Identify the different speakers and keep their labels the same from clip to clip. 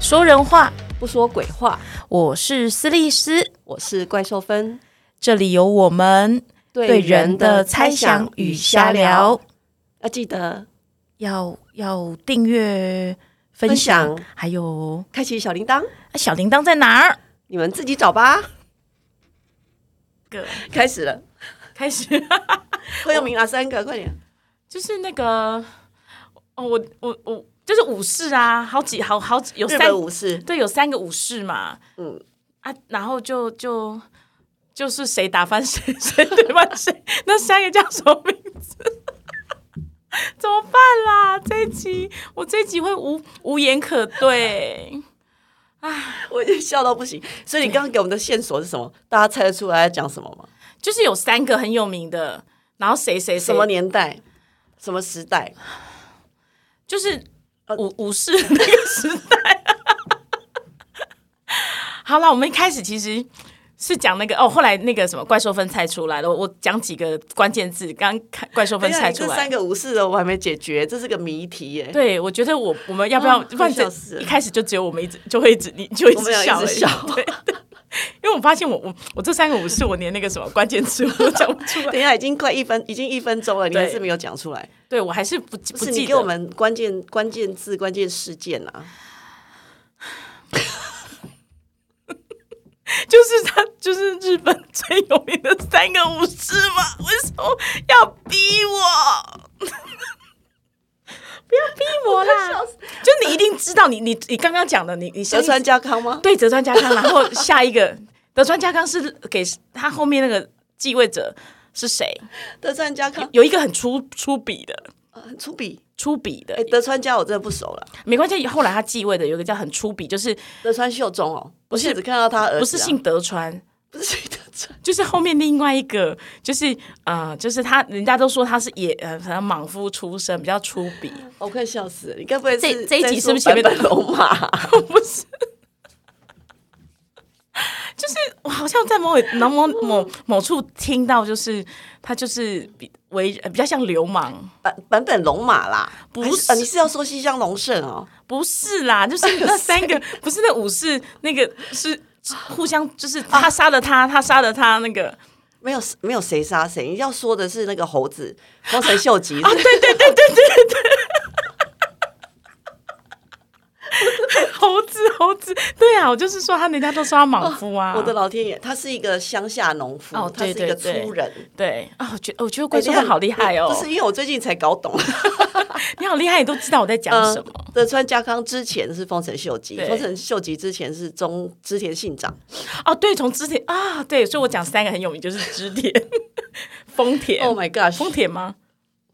Speaker 1: 说人话，
Speaker 2: 不说鬼话。
Speaker 1: 我是斯利斯，
Speaker 2: 我是怪兽芬，
Speaker 1: 这里有我们对人的猜想与瞎聊，
Speaker 2: 要记得
Speaker 1: 要要订阅、分
Speaker 2: 分
Speaker 1: 享，
Speaker 2: 享
Speaker 1: 还有
Speaker 2: 开启小铃铛，
Speaker 1: 啊小铃铛在哪儿？
Speaker 2: 你们自己找吧。
Speaker 1: 个
Speaker 2: 开始了，
Speaker 1: 开始
Speaker 2: 会用名啊，三个，快点。
Speaker 1: 就是那个哦，我我我就是武士啊，好几好好几有
Speaker 2: 日
Speaker 1: 三
Speaker 2: 本武士，
Speaker 1: 对有三个武士嘛，
Speaker 2: 嗯，
Speaker 1: 啊，然后就就就是谁打翻谁， 谁对翻谁，那三个叫什么名字？ 怎么办啦？这一集我这一集会无无言可对，
Speaker 2: 我就笑到不行。所以你刚刚给我们的线索是什么？大家猜得出来要讲什么吗？
Speaker 1: 就是有三个很有名的，然后谁谁谁
Speaker 2: 什么年代？什么时代？
Speaker 1: 就是
Speaker 2: 呃
Speaker 1: 武武士的那个时代。 好了，我们一开始其实是讲那个哦，后来那个什么怪兽分猜出来了，我我讲几个关键字，刚看怪兽分
Speaker 2: 等一下
Speaker 1: 猜
Speaker 2: 你
Speaker 1: 出
Speaker 2: 这
Speaker 1: 来
Speaker 2: 三。个武士的我还没解决，这是个谜题耶。
Speaker 1: 对，我觉得我我们要不要，
Speaker 2: 啊
Speaker 1: 不然
Speaker 2: 快
Speaker 1: 这
Speaker 2: 笑死了
Speaker 1: 一开始就只有我们一直就会一直你就一
Speaker 2: 我
Speaker 1: 直
Speaker 2: 们俩
Speaker 1: 笑
Speaker 2: 一直
Speaker 1: 而已
Speaker 2: 笑
Speaker 1: 对，对因为我发现我我我这三个武士，我连那个什么关键词我都讲不出来，
Speaker 2: 等一下，已经快一分，已经一分钟了，你
Speaker 1: 对
Speaker 2: 还是没有讲出来。
Speaker 1: 对我还是不不
Speaker 2: 不是
Speaker 1: 记
Speaker 2: 你
Speaker 1: 得。
Speaker 2: 给我们关键关键字、关键事件啊？
Speaker 1: 就是他，就是日本最有名的三个武士嘛？为什么要逼我？ 不要逼我啦！就你一定知道你，你你刚刚讲的，你你
Speaker 2: 德
Speaker 1: 相信
Speaker 2: 川家康吗？
Speaker 1: 对德川家康，然后下一个 德川家康是呃给他后面那个继位者是谁？
Speaker 2: 德川家康
Speaker 1: 有一个很出出笔的，
Speaker 2: 呃很粗鄙。
Speaker 1: 出笔
Speaker 2: 哎，
Speaker 1: 的
Speaker 2: 德川家我真的不熟了。
Speaker 1: 没关系。后来他继位的有一个叫很出笔，就是
Speaker 2: 德川秀忠哦，不是只看到他儿子啊，
Speaker 1: 不是姓德川，
Speaker 2: 不是姓德川，
Speaker 1: 就是后面另外一个，就是呃，就是他，人家都说他是野呃，可能莽夫出身，比较粗鄙，
Speaker 2: 哦我快笑死了。你该不会
Speaker 1: 这
Speaker 2: 是
Speaker 1: 这一集
Speaker 2: 在说
Speaker 1: 是不是前面的
Speaker 2: 坂本龙马？
Speaker 1: 不是。 就是我好像在某某某某某处听到，就是他就是比为呃比较像流氓，
Speaker 2: 版版本龙马啦，
Speaker 1: 不
Speaker 2: 还
Speaker 1: 是
Speaker 2: 呃你是要说西乡隆盛哦？
Speaker 1: 不是啦，就是那三个不是那武士，那个是互相就是他杀了他，他杀了他那个
Speaker 2: 没有没有谁杀谁，你要说的是那个猴子丰臣秀吉。
Speaker 1: 啊，对对对对对对。猴子，猴子，对啊，我就是说他，人家都说他莽夫 啊，
Speaker 2: 我的老天爷，他是一个乡下农夫，
Speaker 1: 哦
Speaker 2: 他
Speaker 1: 对
Speaker 2: 是一个
Speaker 1: 对对
Speaker 2: 粗人。
Speaker 1: 对啊，我觉我觉得
Speaker 2: 哎
Speaker 1: 贵
Speaker 2: 你
Speaker 1: 州人
Speaker 2: 很
Speaker 1: 好厉害哦
Speaker 2: 不，是因为我最近才搞懂。
Speaker 1: 你好厉害，你都知道我在讲 什么，
Speaker 2: 德川家康之前是丰臣秀吉，
Speaker 1: 对
Speaker 2: 丰臣秀吉之前是中织田信长。
Speaker 1: 哦，对，从织田啊，对，所以我讲三个很有名，就是织田、丰田、
Speaker 2: Oh my god！
Speaker 1: 丰田吗？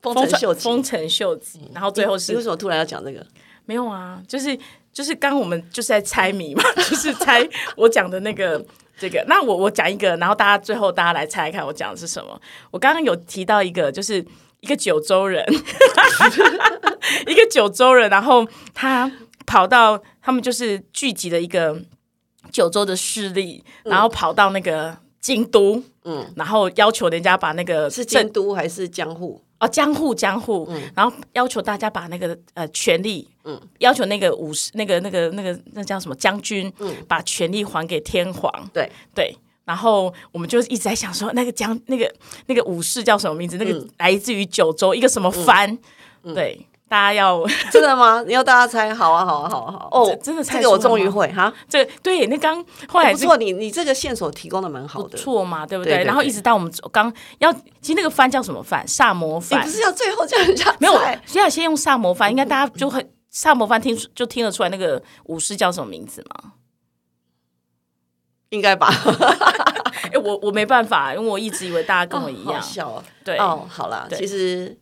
Speaker 2: 丰臣秀吉，
Speaker 1: 丰臣秀吉，然后最后
Speaker 2: 你为
Speaker 1: 是
Speaker 2: 什么突然要讲这个？
Speaker 1: 没有啊，就是就是刚我们就是在猜谜嘛， 就是猜我讲的那个这个。那我我讲一个，然后大家最后大家来猜看我讲的是什么。我刚刚有提到一个，就是一个九州人， 一个九州人，然后他跑到他们就是聚集了一个九州的势力，然
Speaker 2: 嗯
Speaker 1: 后跑到那个京都，嗯，然后要求人家把那个
Speaker 2: 是
Speaker 1: 政
Speaker 2: 京都还是江户？
Speaker 1: 哦，江户江户，
Speaker 2: 嗯
Speaker 1: 然后要求大家把那个呃权力，嗯，要求那个武士，那个那个那个那叫什么将军，嗯，把权力还给天皇，
Speaker 2: 对，
Speaker 1: 对。然后我们就一直在想说，那个将那个那个武士叫什么名字？那
Speaker 2: 嗯
Speaker 1: 个来自于九州一个什么藩？对，大家要
Speaker 2: 真的吗？你要大家猜？好啊，好啊，好啊，好啊！
Speaker 1: 这
Speaker 2: 哦，
Speaker 1: 真的猜
Speaker 2: 这个我
Speaker 1: 出来吗
Speaker 2: 终于会哈。哎
Speaker 1: 这对那刚后来
Speaker 2: 不
Speaker 1: 是
Speaker 2: 错，你你这个线索提供的蛮好的。
Speaker 1: 错嘛，对不
Speaker 2: 对对对
Speaker 1: 然后一直到我们刚要，其实那个藩叫什么藩？萨摩
Speaker 2: 你
Speaker 1: 藩
Speaker 2: 不。是要最后叫人家
Speaker 1: 没有
Speaker 2: 猜，
Speaker 1: 现在先用萨摩藩，应该大家就很萨摩藩听出就听得出来那个武士叫什么名字吗？
Speaker 2: 应该吧？
Speaker 1: 哎、我我没办法，因为我一直以为大家跟我一
Speaker 2: 好
Speaker 1: 样，
Speaker 2: 笑啊！
Speaker 1: 对，
Speaker 2: 哦，好啦，
Speaker 1: 对
Speaker 2: 其实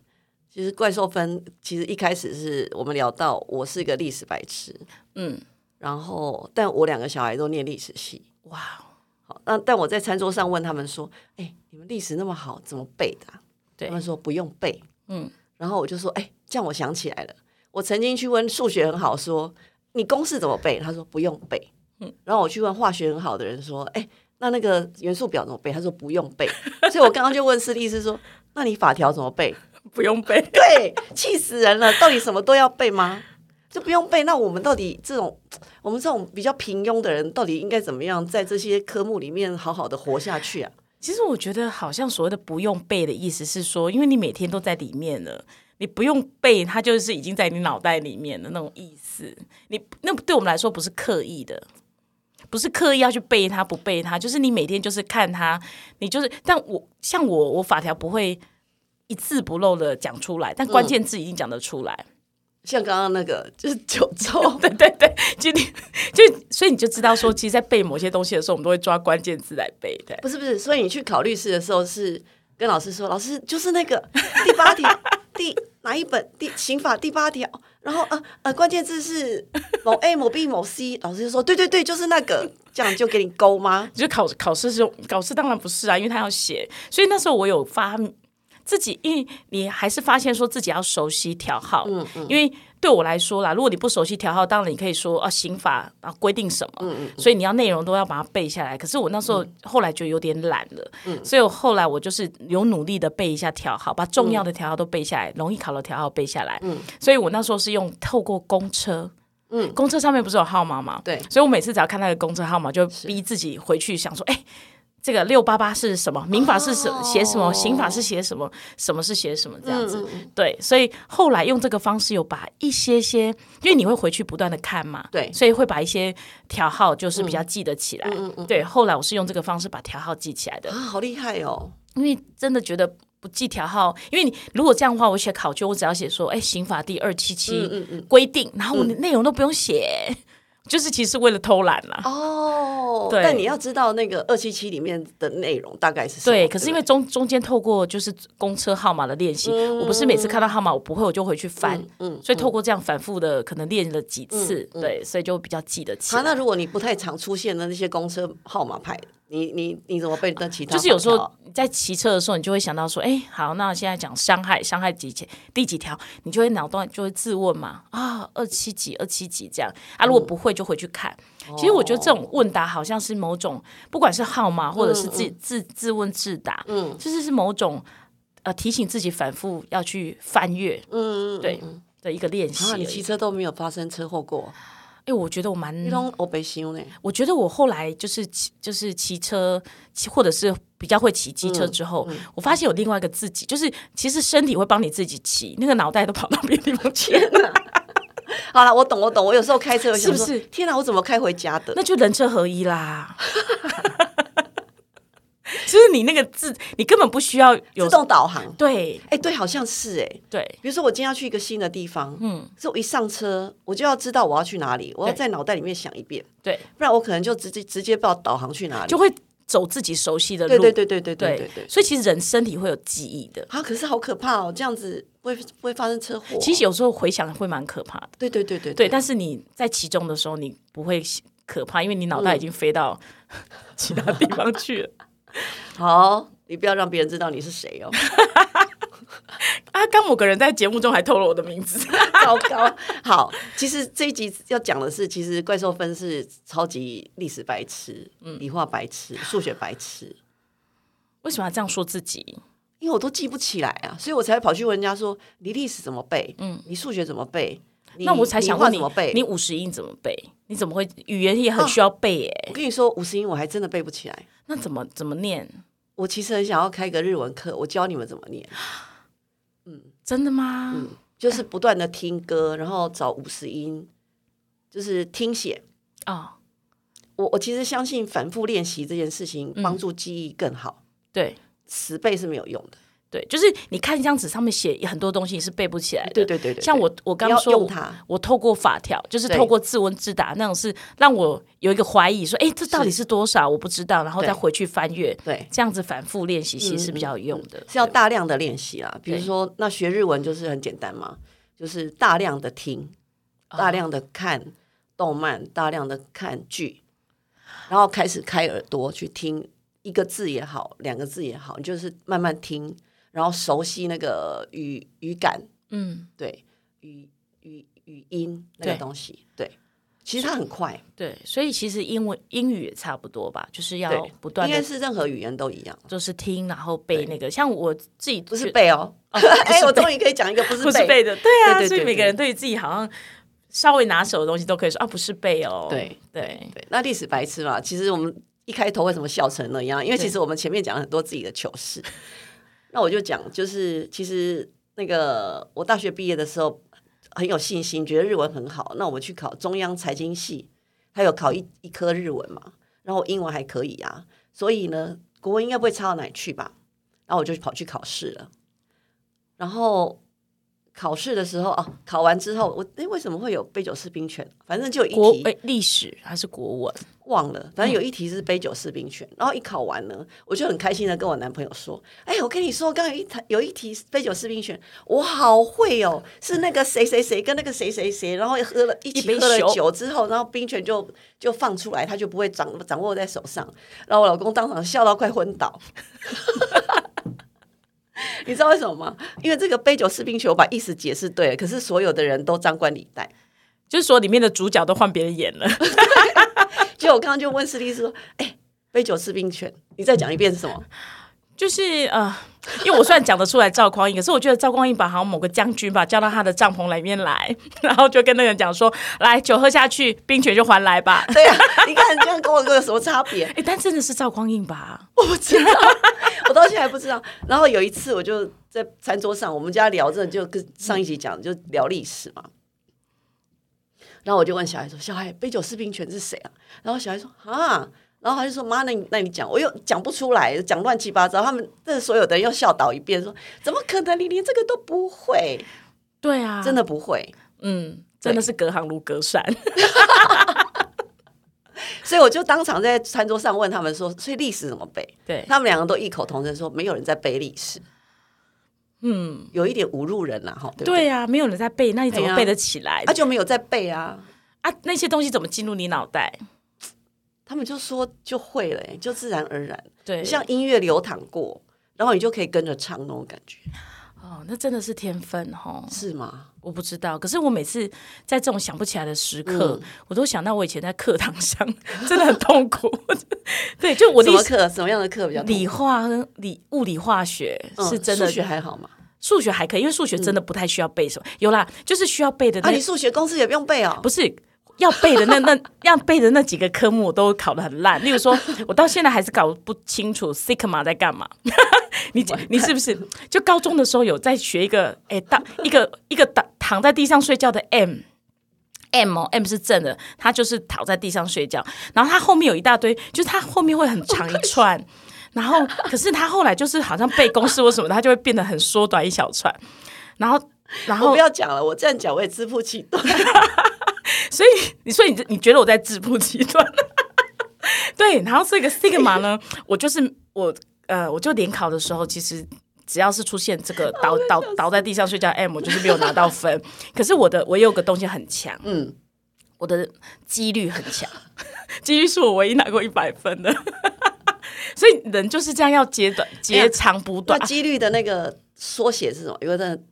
Speaker 2: 其实怪兽分，其实一开始是我们聊到我是一个历史白痴，
Speaker 1: 嗯，
Speaker 2: 然后但我两个小孩都念历史系。
Speaker 1: 哇，哦
Speaker 2: 好，那但我在餐桌上问他们说：“哎、你们历史那么好，怎么背的啊、
Speaker 1: 对
Speaker 2: 他们说不用背。
Speaker 1: 嗯，
Speaker 2: 然后我就说：“哎、这样我想起来了，我曾经去问数学很好说你公式怎么背？他说不用背。嗯，然后我去问化学很好的人说：“哎、那那个元素表怎么背？”他说不用背。所以我刚刚就问斯蒂斯说：“那你法条怎么背？”
Speaker 1: 不用背，
Speaker 2: 对，气死人了！到底什么都要背吗？就不用背。那我们到底这种我们这种比较平庸的人，到底应该怎么样在这些科目里面好好的活下去啊？
Speaker 1: 其实我觉得，好像所谓的不用背的意思是说，因为你每天都在里面了，你不用背，它就是已经在你脑袋里面的那种意思。你那对我们来说不是刻意的，不是刻意要去背它，不背它，就是你每天就是看它，你就是。但我像我，我法条不会一字不漏的讲出来，但关键字一定讲得出来。哦
Speaker 2: 像刚刚那个就是九州，
Speaker 1: 对对对，就你 就所以你就知道说，其实，在背某些东西的时候，我们都会抓关键字来背的。
Speaker 2: 不是不是，所以你去考律师的时候是跟老师说，老师就是那个第八条 第哪一本第刑法第八条，然后呃呃关键字是某 A 某 B 某 C，老师就说对对对，就是那个，这样就给你勾吗？
Speaker 1: 就考考试是考试，当然不是啊，因为他要写。所以那时候我有发自己，因为你还是发现说自己要熟悉调号，嗯嗯，因为对我来说啦，如果你不熟悉调号，当然你可以说啊刑法啊规定什么，嗯嗯，所以你要内容都要把它背下来。可是我那时候后来就有点懒了，嗯，所以我后来我就是有努力的背一下调号，把重要的调号都背下来，容易考的调号背下来，嗯，所以我那时候是用透过公车。嗯，公车上面不是有号码吗？
Speaker 2: 对
Speaker 1: 所以我每次只要看那个公车号码，就逼自己回去想说，哎、这个六八八是什么？民法是什
Speaker 2: 哦
Speaker 1: 写什么？刑法是写什么？什么是写什么？这样
Speaker 2: 嗯
Speaker 1: 子，对。所以后来用这个方式，有把一些些，因为你会回去不断的看嘛，
Speaker 2: 对嗯
Speaker 1: 所以会把一些条号就是比较记得起来。对，后来我是用这个方式把条号记起来的
Speaker 2: 啊，，好厉害哦！
Speaker 1: 因为真的觉得。不记条号，因为你如果这样的话，我写考卷，我只要写说，哎，刑法第二七
Speaker 2: 嗯
Speaker 1: 七规定，然后我的内容都不用写，就是其实为了偷懒啦。
Speaker 2: 哦，
Speaker 1: 对
Speaker 2: 但你要知道那个二七七里面的内容大概是什么？
Speaker 1: 对，可是因
Speaker 2: 为
Speaker 1: 为中中间透过就是公车号码的练习，我不是每次看到号码我不会，我就回去翻，所以透过这样反复的可能练了几次，对，所以就比较记得起
Speaker 2: 啊，
Speaker 1: 来。
Speaker 2: 那如果你不太常出现的那些公车号码牌，你你你怎么背那其他？
Speaker 1: 就是有时候你在骑车的时候，你就会想到说，哎、好，那现在讲伤害，伤害几几第几条，你就会脑洞就会自问嘛，啊，二七几，二七几这样啊。如果不会，就回去看。其实我觉得这种问答好像是某种，不管是号码或者是自、自自问自答，嗯，就是是某种呃提醒自己反复要去翻阅，嗯，对的一个练习
Speaker 2: 啊，
Speaker 1: 而
Speaker 2: 你
Speaker 1: 已。
Speaker 2: 骑车都没有发生车祸过，
Speaker 1: 哎、我觉得我蛮
Speaker 2: 你拢我被修呢？
Speaker 1: 我觉得我后来就是骑，就是骑车，骑或者是比较会骑机车
Speaker 2: 嗯
Speaker 1: 之后，我发现有另外一个自己，就是其实身体会帮你自己骑，那个脑袋都跑到别的地方去了，
Speaker 2: 好了，我懂，我懂。我有时候开车，我想 说
Speaker 1: 是不是
Speaker 2: 天哪，我怎么开回家的？
Speaker 1: 那就人车合一 啦。就是你那个自，你根本不需要有
Speaker 2: 自动导航。
Speaker 1: 对
Speaker 2: 哎、对，好像是哎、
Speaker 1: 对
Speaker 2: 比如说，我今天要去一个新的地方，嗯，是我一上车，我就要知道我要去哪里，我要在脑袋里面想一遍，
Speaker 1: 对，
Speaker 2: 不然我可能就直接直接不知道导航去哪里。
Speaker 1: 就会走自己熟悉的路。
Speaker 2: 对对对对对对对对。
Speaker 1: 所以其实人身体会有记忆的。
Speaker 2: 啊，可是好可怕哦，这样子不会不会发生车祸。哦
Speaker 1: 其实有时候回想会蛮可怕的。
Speaker 2: 对对对对
Speaker 1: 对，，但是你在其中的时候，你不会可怕，因为你脑
Speaker 2: 嗯
Speaker 1: 袋已经飞到 其他地方去了。
Speaker 2: 好，你不要让别人知道你是谁哦，
Speaker 1: 啊，刚某个人在节目中还透露我的名字，
Speaker 2: 糟糕。好，其实这一集要讲的是，其实怪兽分是超级历史白痴、
Speaker 1: 嗯
Speaker 2: 理化白痴、数学白痴，
Speaker 1: 为什么要这样说自己？
Speaker 2: 因为我都记不起来啊，所以我才跑去问人家说，你历史怎么背？嗯，你数学怎么背？你
Speaker 1: 那我才想问
Speaker 2: 理
Speaker 1: 你
Speaker 2: 化怎么背？，啊
Speaker 1: 你五十音怎么背？你怎么会语言也很需要背耶、
Speaker 2: 我跟你说，五十音我还真的背不起来。
Speaker 1: 那怎么怎么念？
Speaker 2: 我其实很想要开个日文课，我教你们怎么念。
Speaker 1: 真的吗？
Speaker 2: 嗯就是不断的听歌，然后找五十音，就是听写。
Speaker 1: 哦，
Speaker 2: 我我其实相信反复练习这件事情帮助记忆更好，
Speaker 1: 对
Speaker 2: 死背是没有用的。
Speaker 1: 对，就是你看一张纸上面写很多东西，你是背不起来的。
Speaker 2: 对对对对，
Speaker 1: 像
Speaker 2: 对
Speaker 1: 我，我刚
Speaker 2: 你要
Speaker 1: 说
Speaker 2: 用
Speaker 1: 我
Speaker 2: 它
Speaker 1: 我透过法条，就是
Speaker 2: 对
Speaker 1: 透过自问自答那种，是让我有一个怀疑，说，哎，这到底是多少？我不知道，然后
Speaker 2: 对
Speaker 1: 再回去翻阅，
Speaker 2: 对嗯
Speaker 1: 这样子反复练习，其实是比较有用的。
Speaker 2: 是要大量的练习啊。比如说，那学日文就是很简单嘛，就是大量的听，
Speaker 1: 哦
Speaker 2: 大量的看动漫，大量的看剧，然后开始开耳朵去听一个字也好，两个字也好，你就是慢慢听，然后熟悉那个语语感，
Speaker 1: 嗯，
Speaker 2: 对语语语音那个
Speaker 1: 对
Speaker 2: 东西，对，其实它很快，
Speaker 1: 对，所以其实英文英语也差不多吧，就是要
Speaker 2: 对
Speaker 1: 不断
Speaker 2: 应该
Speaker 1: 的
Speaker 2: 是任何语言都一样，
Speaker 1: 就是听，然后背那个。像我自己
Speaker 2: 不
Speaker 1: 觉哦
Speaker 2: 是背哦，哎、我终于可以讲一个不是
Speaker 1: 不是
Speaker 2: 背，
Speaker 1: 背的，对啊，
Speaker 2: 对对对
Speaker 1: 所以每
Speaker 2: 对
Speaker 1: 个人对于自己好像稍微拿手的东西都可以说啊，不是背哦。
Speaker 2: 对
Speaker 1: 对
Speaker 2: 对，那历史白痴嘛，其实我们一开头为什么笑成那样？因为
Speaker 1: 对
Speaker 2: 其实我们前面讲了很多自己的糗事。那我就讲，就是其实那个我大学毕业的时候很有信心，觉得日文很好。那我们去考中央财经系，还有考一一科日文嘛，然后英文还可以啊，所以呢，国文应该不会差到哪里去吧？然后我就跑去考试了。然后考试的时候啊，考完之后，我诶为什么会有杯酒释兵权？反正就有一
Speaker 1: 国
Speaker 2: 题
Speaker 1: 诶历史还是国文，
Speaker 2: 忘了，反正有一题是杯酒释兵权，然后一考完呢，我就很开心的跟我男朋友说：“哎、我跟你说，刚刚有一台有一题杯酒释兵权，我好会哦，是那个谁谁谁跟那个谁谁谁，然后喝了一
Speaker 1: 一
Speaker 2: 起
Speaker 1: 杯
Speaker 2: 喝了
Speaker 1: 酒
Speaker 2: 酒之后，然后兵权就就放出来，他就不会掌掌握在手上。”然后我老公当场笑到快昏倒。 你知道为什么吗？因为这个杯酒释兵权，我把意思解释对了，可是所有的人都张冠李戴。
Speaker 1: 就是说里面的主角都换别人演了。
Speaker 2: 结果我刚 刚就问斯蒂斯说：“哎、杯酒释兵权，你再讲一遍是什么？”
Speaker 1: 就是呃，因为我虽然讲得出来赵匡胤，可是我觉得赵匡胤把好像某个将军吧叫到他的帐篷里面来， 然后就跟那个人讲说：“来，酒喝下去，冰泉就还来 吧。
Speaker 2: 对呀、啊，你看这样跟我哥有什么差别？”
Speaker 1: 哎，但真的是赵匡胤吧？
Speaker 2: 我不知道， 我到现在还不知道。然后有一次，我就在餐桌上，我们家聊这就跟上一集讲，就聊历史嘛。然后我就问小孩说：“小孩，杯酒释兵权是谁啊？”然后小孩说：“啊。”然后他就说：“妈，那你那你讲，我又讲不出来，讲乱七八糟。”他们这所有的人又笑倒一遍，说：“怎么可能？你连这个都不会？
Speaker 1: 对啊，
Speaker 2: 真的不会。”
Speaker 1: 嗯，真的是隔行如隔山。
Speaker 2: 所以我就当场在餐桌上问他们说：“所以历史怎么背？”
Speaker 1: 对
Speaker 2: 他们两个都异口同声说：“没有人在背历史。”嗯，有一点侮辱人了、哈，对不对？
Speaker 1: 对啊，没有人在背，那你怎
Speaker 2: 对
Speaker 1: 么
Speaker 2: 啊
Speaker 1: 背得起来
Speaker 2: 他、？就没有在背啊，
Speaker 1: 啊，那些东西怎么进入你脑袋？
Speaker 2: 他们就说就会了、就自然而然，
Speaker 1: 对，
Speaker 2: 像音乐流淌过，然后你就可以跟着唱那种感觉，
Speaker 1: 哦，那真的是天分哦。
Speaker 2: 是吗？
Speaker 1: 我不知道，可是我每次在这种想不起来的时刻，
Speaker 2: 嗯
Speaker 1: 我都想到我以前在课堂上真的很痛苦。 对，就我
Speaker 2: 什
Speaker 1: 历
Speaker 2: 么
Speaker 1: 史、
Speaker 2: 课？什么样的课比较痛苦？
Speaker 1: 理化跟理物理化学
Speaker 2: 嗯
Speaker 1: 是真的，
Speaker 2: 数学还好吗？
Speaker 1: 数学还可以，因为数学真的不太需要背什么。有啦，就是需要背的
Speaker 2: 啊，
Speaker 1: 那、
Speaker 2: 你数学公式也不用背哦。
Speaker 1: 不是。要背的那那要背的那几个科目，我都考得很烂。例如说，我到现在还是搞不清楚 sigma 在干嘛。 你你是不是就高中的时候有在学一个哎当一个一个躺躺在地上睡觉的 m m 哦 m 是正的，它就是躺在地上睡觉，然后它后面有一大堆，就是它后面会很长一串。然后，可是它后来就是好像背公式或什么的，它就会变得很缩短一小串。然后，然
Speaker 2: 我
Speaker 1: 后
Speaker 2: 不要讲了，我这样讲我也自不其短。
Speaker 1: 所以你所以你你觉得我在自不其短？ 对，然后这个 sigma 呢，我就是我呃，我就联考的时候，其实只要是出现这 个
Speaker 2: 哦
Speaker 1: 倒倒倒在地上睡觉 M，我就是没有拿到分。 可是我的我有个东西很强，
Speaker 2: 嗯，
Speaker 1: 我的几率很强， 几率是我唯一拿过一百分的。 所以人就是这样，要截短截长补
Speaker 2: 哎那
Speaker 1: 短。
Speaker 2: 几率的那个缩写是什么？有的人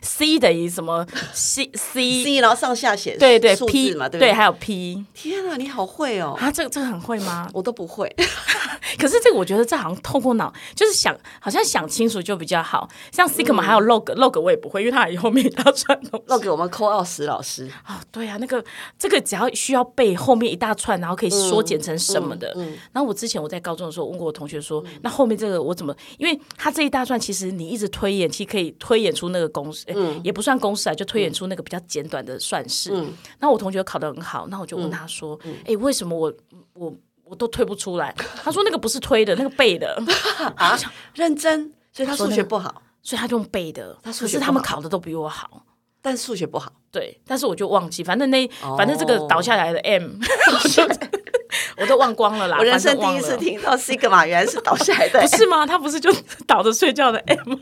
Speaker 1: C 等于什么？C C
Speaker 2: C，然后上下写
Speaker 1: 对对
Speaker 2: 数
Speaker 1: P
Speaker 2: 字嘛，对不
Speaker 1: 还有 P
Speaker 2: 天啊，你好会哦！
Speaker 1: 啊，这个这个很会吗？
Speaker 2: 我都不会，
Speaker 1: 可是这个我觉得这好像透过脑，就是想，好像想清楚就比较好。像 Sigma 还有 log、log 我也不会，因为它后面也要串东西。
Speaker 2: 那给我们扣奥史老师，
Speaker 1: 哦，对啊，那个这个只要需要背后面一大串，然后可以缩减成什么的。然后我之前我在高中的时候问过我同学说，那后面这个我怎么？因为它这一大串其实你一直推演，其实可以推演出那个公式，诶也不算公式啊，就推演出那个比较简短的算式。那我同学考得很好，那我就问他说，哎、为什么我我？我都推不出来，他说那个不是推的，那个背的。
Speaker 2: 认真，所以他数学不好，
Speaker 1: 所以他就用背的。
Speaker 2: 他数
Speaker 1: 可是
Speaker 2: 学
Speaker 1: 他们
Speaker 2: 不好
Speaker 1: 考的都比我好，
Speaker 2: 但数学不好，
Speaker 1: 对，但是我就忘记，反正那、
Speaker 2: 哦
Speaker 1: 反正这个倒下来的 M，我都忘光了啦。
Speaker 2: 我人生
Speaker 1: 啊反正
Speaker 2: 第
Speaker 1: 忘
Speaker 2: 一
Speaker 1: 了
Speaker 2: 次，听到 Sigma 原来是倒下来的
Speaker 1: 不，是吗？他不是就倒着睡觉的 M，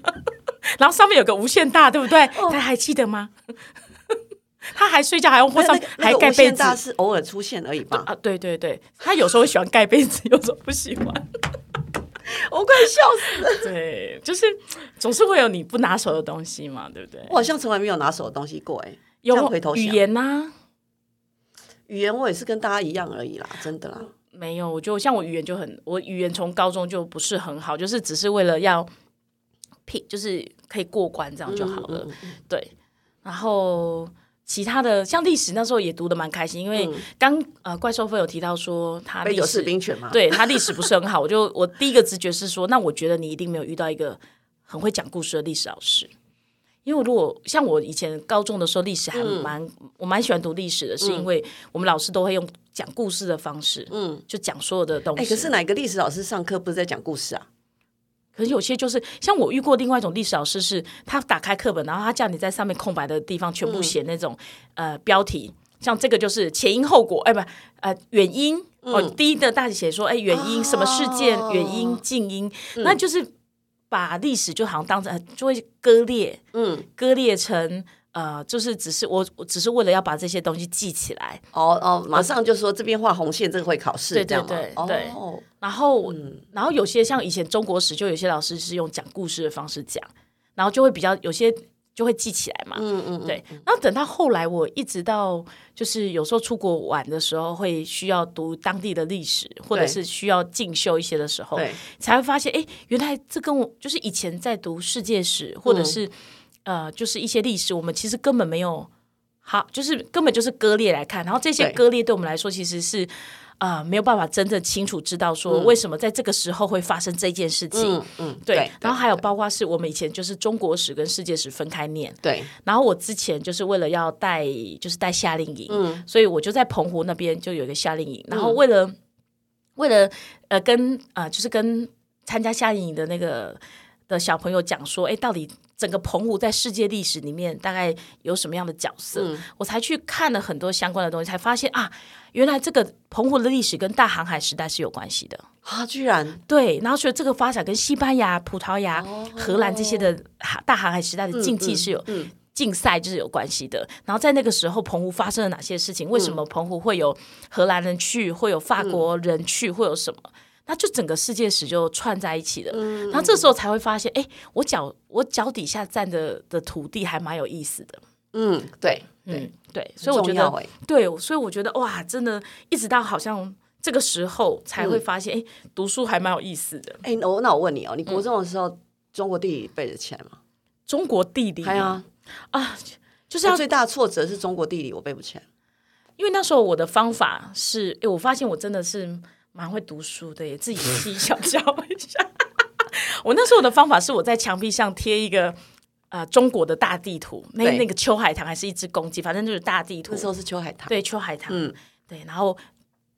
Speaker 1: 然 后上面有个无限大，对不对？
Speaker 2: 哦
Speaker 1: 他还记得吗？ 他还睡觉还用或
Speaker 2: 那
Speaker 1: 上
Speaker 2: 个那
Speaker 1: 还
Speaker 2: 个
Speaker 1: 盖
Speaker 2: 无
Speaker 1: 被
Speaker 2: 限
Speaker 1: 子
Speaker 2: 大是偶尔出现而已 吧？
Speaker 1: 啊，对对对，他有时候会喜欢盖被子，有时候不喜 欢。
Speaker 2: 我快笑死了，
Speaker 1: 对，就是总是会有你不拿手的东西嘛，对不对？
Speaker 2: 我好像从来没有拿手的东西过哎，这样
Speaker 1: 有
Speaker 2: 回头
Speaker 1: 语
Speaker 2: 想，
Speaker 1: 言啊呐、
Speaker 2: 语言我也是跟大家一样而已啦，真的啦，
Speaker 1: 没有，我就像我语言就很，我语言从高中就不是很好，就是只是为了要
Speaker 2: 嗯
Speaker 1: 拼，就是可以过关这样就好了。对，然后其他的像历史那时候也读的蛮开心，因为刚、呃怪兽飞有提到说他
Speaker 2: 嗯被
Speaker 1: 历
Speaker 2: 有
Speaker 1: 史
Speaker 2: 士兵犬嘛，，
Speaker 1: 啊对他历史不是很好，我就我第一个直觉是说，那我觉得你一定没有遇到一个很会讲故事的历史老师，因为如果像我以前高中的时候，历史还
Speaker 2: 嗯
Speaker 1: 蛮、我蛮喜欢读历史的，是因为我们老师都会用讲故事的方式，嗯，就讲所有的东西。
Speaker 2: 哎，可是哪个历史老师上课不是在讲故事啊？
Speaker 1: 可是有些就是像我遇过另外一种历史老师是，他打开课本，然后他叫你在上面空白的地方
Speaker 2: 嗯
Speaker 1: 全部写那种、呃标题，像这个就是前因后果，哎、不呃原因、哦，第一的大写说哎原因、什么事件
Speaker 2: 嗯哦嗯
Speaker 1: 原因近因，那就是把历史就好像当成、呃就会割裂，嗯，割裂成呃就是只是我我只是为了要把这些东西记起来，
Speaker 2: 哦哦，马上就说这边画红线，这个会考试，
Speaker 1: 对对
Speaker 2: 这样吗
Speaker 1: 对
Speaker 2: 哦
Speaker 1: 对然后，然后有些像以前中国史，就有些老师是用讲故事的方式讲，然后就会比较有些就会记起来嘛。
Speaker 2: 嗯嗯，嗯
Speaker 1: 对，然后等到后来，我一直到就是有时候出国玩的时候，会需要读当地的历史，或者
Speaker 2: 对
Speaker 1: 是需要进修一些的时候，
Speaker 2: 对，
Speaker 1: 才会发现，哎，原来这跟我就是以前在读世界史，或者
Speaker 2: 嗯
Speaker 1: 是、呃，就是一些历史，我们其实根本没有好，就是根本就是割裂来看。然后这些
Speaker 2: 对
Speaker 1: 割裂对我们来说，其实是啊、呃没有办法真正清楚知道说为什么在这个时候会发生这件事情。
Speaker 2: 嗯嗯，
Speaker 1: 对，
Speaker 2: 对，
Speaker 1: 然后还有包括是我们以前就是中国史跟世界史分开念，
Speaker 2: 对，
Speaker 1: 然后我之前就是为了要带，就是带夏令营，所以我就在澎湖那边就有一个夏令营。然后为了、为了呃跟呃就是跟参加夏令营的那个的小朋友讲说，哎，到底整个澎湖在世界历史里面大概有什么样的角色？我才去看了很多相关的东西，才发现啊，原来这个澎湖的历史跟大航海时代是有关系的。
Speaker 2: 啊，居然
Speaker 1: 对，然后所以这个发展跟西班牙、葡萄牙、
Speaker 2: 哦
Speaker 1: 荷兰这些的哈大航海时
Speaker 2: 嗯
Speaker 1: 代的竞技是有。竞赛就是有关系的，然后在那个时候，澎湖发生了哪些事情？为什么
Speaker 2: 嗯
Speaker 1: 澎湖会有荷兰人去，会有法国人去，会有什么？那就整个世界史就串在一起了。
Speaker 2: 嗯
Speaker 1: 然后这时候才会发现，哎，我脚我脚底下站的的土地还蛮有意思的。
Speaker 2: 嗯，对，
Speaker 1: 嗯，对，所以我觉
Speaker 2: 重要
Speaker 1: 得
Speaker 2: 欸
Speaker 1: 对，所以我觉得哇，真的，一直到好像这个时候才
Speaker 2: 嗯
Speaker 1: 会发现，哎、读书还蛮有意思的。
Speaker 2: 哎，那我那我问你哦，你国中的时候中国地理背得起来吗？
Speaker 1: 中国地理嘛，
Speaker 2: 还有啊，
Speaker 1: 就是要
Speaker 2: 我，最大的挫折是中国地理我背不起来。
Speaker 1: 因为那时候我的方法是，哎、我发现我真的是蛮会读书的耶，自己细小教一下。 我那时候的方法是，我在墙壁上贴一个。呃，中国的大地图，那
Speaker 2: 对
Speaker 1: 那个秋海棠还是一只公鸡，反正就是大地图
Speaker 2: 那。时候是秋海棠，
Speaker 1: 对，秋海棠，
Speaker 2: 嗯
Speaker 1: 对，然后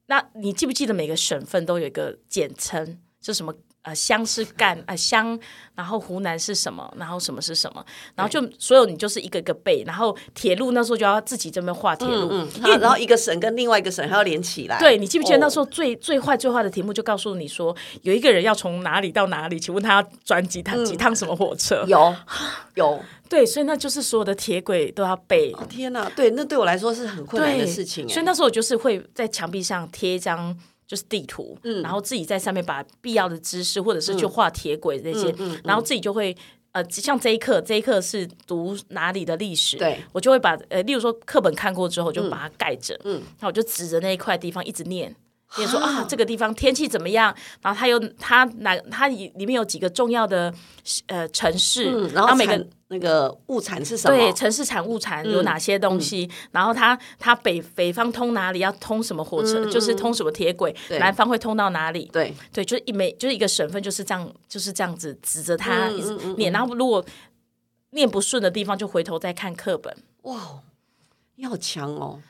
Speaker 1: 那你记不记得每个省份都有一个简称，是什么？呃，湘是赣，呃湘，然后湖南是什么？然后什么是什么？然后就所有你就是一个一个背，然后铁路那时候就要自己这边画铁路，
Speaker 2: 嗯，然后然后一个省跟另外一个省还要连起来。
Speaker 1: 对你记不记得那时
Speaker 2: 候？
Speaker 1: 候最、最坏最坏的题目就告诉你说，有一个人要从哪里到哪里，请问他要转几
Speaker 2: 嗯
Speaker 1: 趟、几趟什么火车？
Speaker 2: 哦有
Speaker 1: 啊
Speaker 2: 有，
Speaker 1: 对，所以那就是所有的铁轨都要背。
Speaker 2: 天哪！对，那对我来说是很困难
Speaker 1: 对
Speaker 2: 的事情。
Speaker 1: 所以
Speaker 2: 哎，
Speaker 1: 那时候我就是会在墙壁上贴一张就是地图，
Speaker 2: 嗯
Speaker 1: 然后自己在上面把必要的知识或者是去画铁轨这
Speaker 2: 嗯
Speaker 1: 些，然后自己就会。呃，像这一课，这一课是读哪里的历史？
Speaker 2: 对，
Speaker 1: 我就会把呃，例如说课本看过之后，我就把它盖着，嗯，那我就指着那一块地方一直念，念 说啊，这个地方天气怎么样？然后它有它哪它里里面有几个重要的呃城市，
Speaker 2: 嗯，然
Speaker 1: 然
Speaker 2: 后
Speaker 1: 每个
Speaker 2: 产那个物产是什么？
Speaker 1: 对，城市产物产有哪些东西？然后它它北北方通哪里？要通什么火车？就是通什么铁轨？南方会通到哪里？
Speaker 2: 对，
Speaker 1: 对，就是一每就是一个省份就是这样就是这样子指着它一直念，然后如果念不顺的地方就回头再看课本，
Speaker 2: 哇，你好强哦！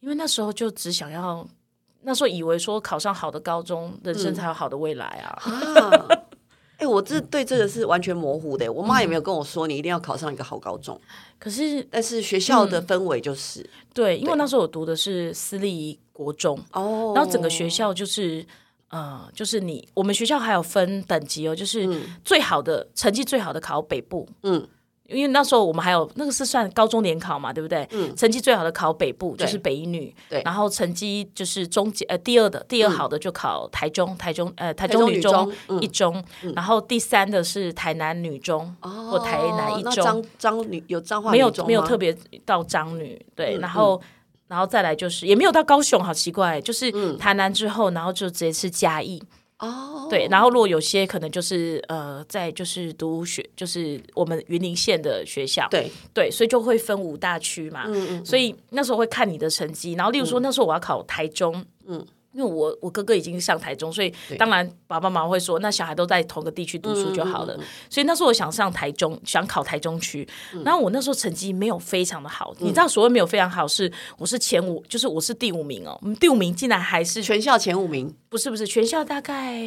Speaker 1: 因为那时候就只想要。那时候以为说考上好的高中，人生才有好的未来啊！
Speaker 2: 啊，哎，我
Speaker 1: 嗯
Speaker 2: 这对这个是完全模糊的。欸我妈也没有跟我说你一定要考上一个好高中，
Speaker 1: 可是
Speaker 2: 但是学校
Speaker 1: 嗯
Speaker 2: 的氛围就是
Speaker 1: 对，因为那时候我读的是私立国中，
Speaker 2: 哦，
Speaker 1: 然后整个学校就是。呃，就是你，我们学校还有分等级哦，就是最好的、成绩最好的考北部，
Speaker 2: 嗯，
Speaker 1: 因为那时候我们还有那个是算高中联考嘛，对不对？嗯，成绩最好的考北部就是北一女，
Speaker 2: 对嗯
Speaker 1: 然后成绩就是中级呃第二的第二好的就考台中、台中呃台中
Speaker 2: 中
Speaker 1: 女
Speaker 2: 女
Speaker 1: 中
Speaker 2: 中嗯
Speaker 1: 一中，然后第三的是台南女中
Speaker 2: 哦
Speaker 1: 或台南一
Speaker 2: 那
Speaker 1: 中，
Speaker 2: 张张女有彰化
Speaker 1: 没有
Speaker 2: 女中
Speaker 1: 没有
Speaker 2: 吗嗯
Speaker 1: 特别到张女，对，然后、
Speaker 2: 嗯
Speaker 1: 然后再来就是也没有到高雄，好奇怪，就是台南之后，然后就直接是嘉义，
Speaker 2: 哦，
Speaker 1: 对，然后如果有些可能就是呃，在就是读学，就是我们云林县的学校，
Speaker 2: 对，嗯
Speaker 1: 对，所以就会分五大区嘛。所以那时候会看你的成绩，然后例如说那时候我要考台中，嗯。因为我我哥哥已经上台中，所以当然爸爸妈妈会说，那小孩都在同个地区读书
Speaker 2: 嗯
Speaker 1: 就好了。所以那时候我想上台中，想考台中区。
Speaker 2: 嗯
Speaker 1: 然后我那时候成绩没有非常的好，你知道所谓没有非常好是，我是前五，就是我是第五名哦，我们第五名竟然还是
Speaker 2: 全校前五名，
Speaker 1: 不是不是全校大概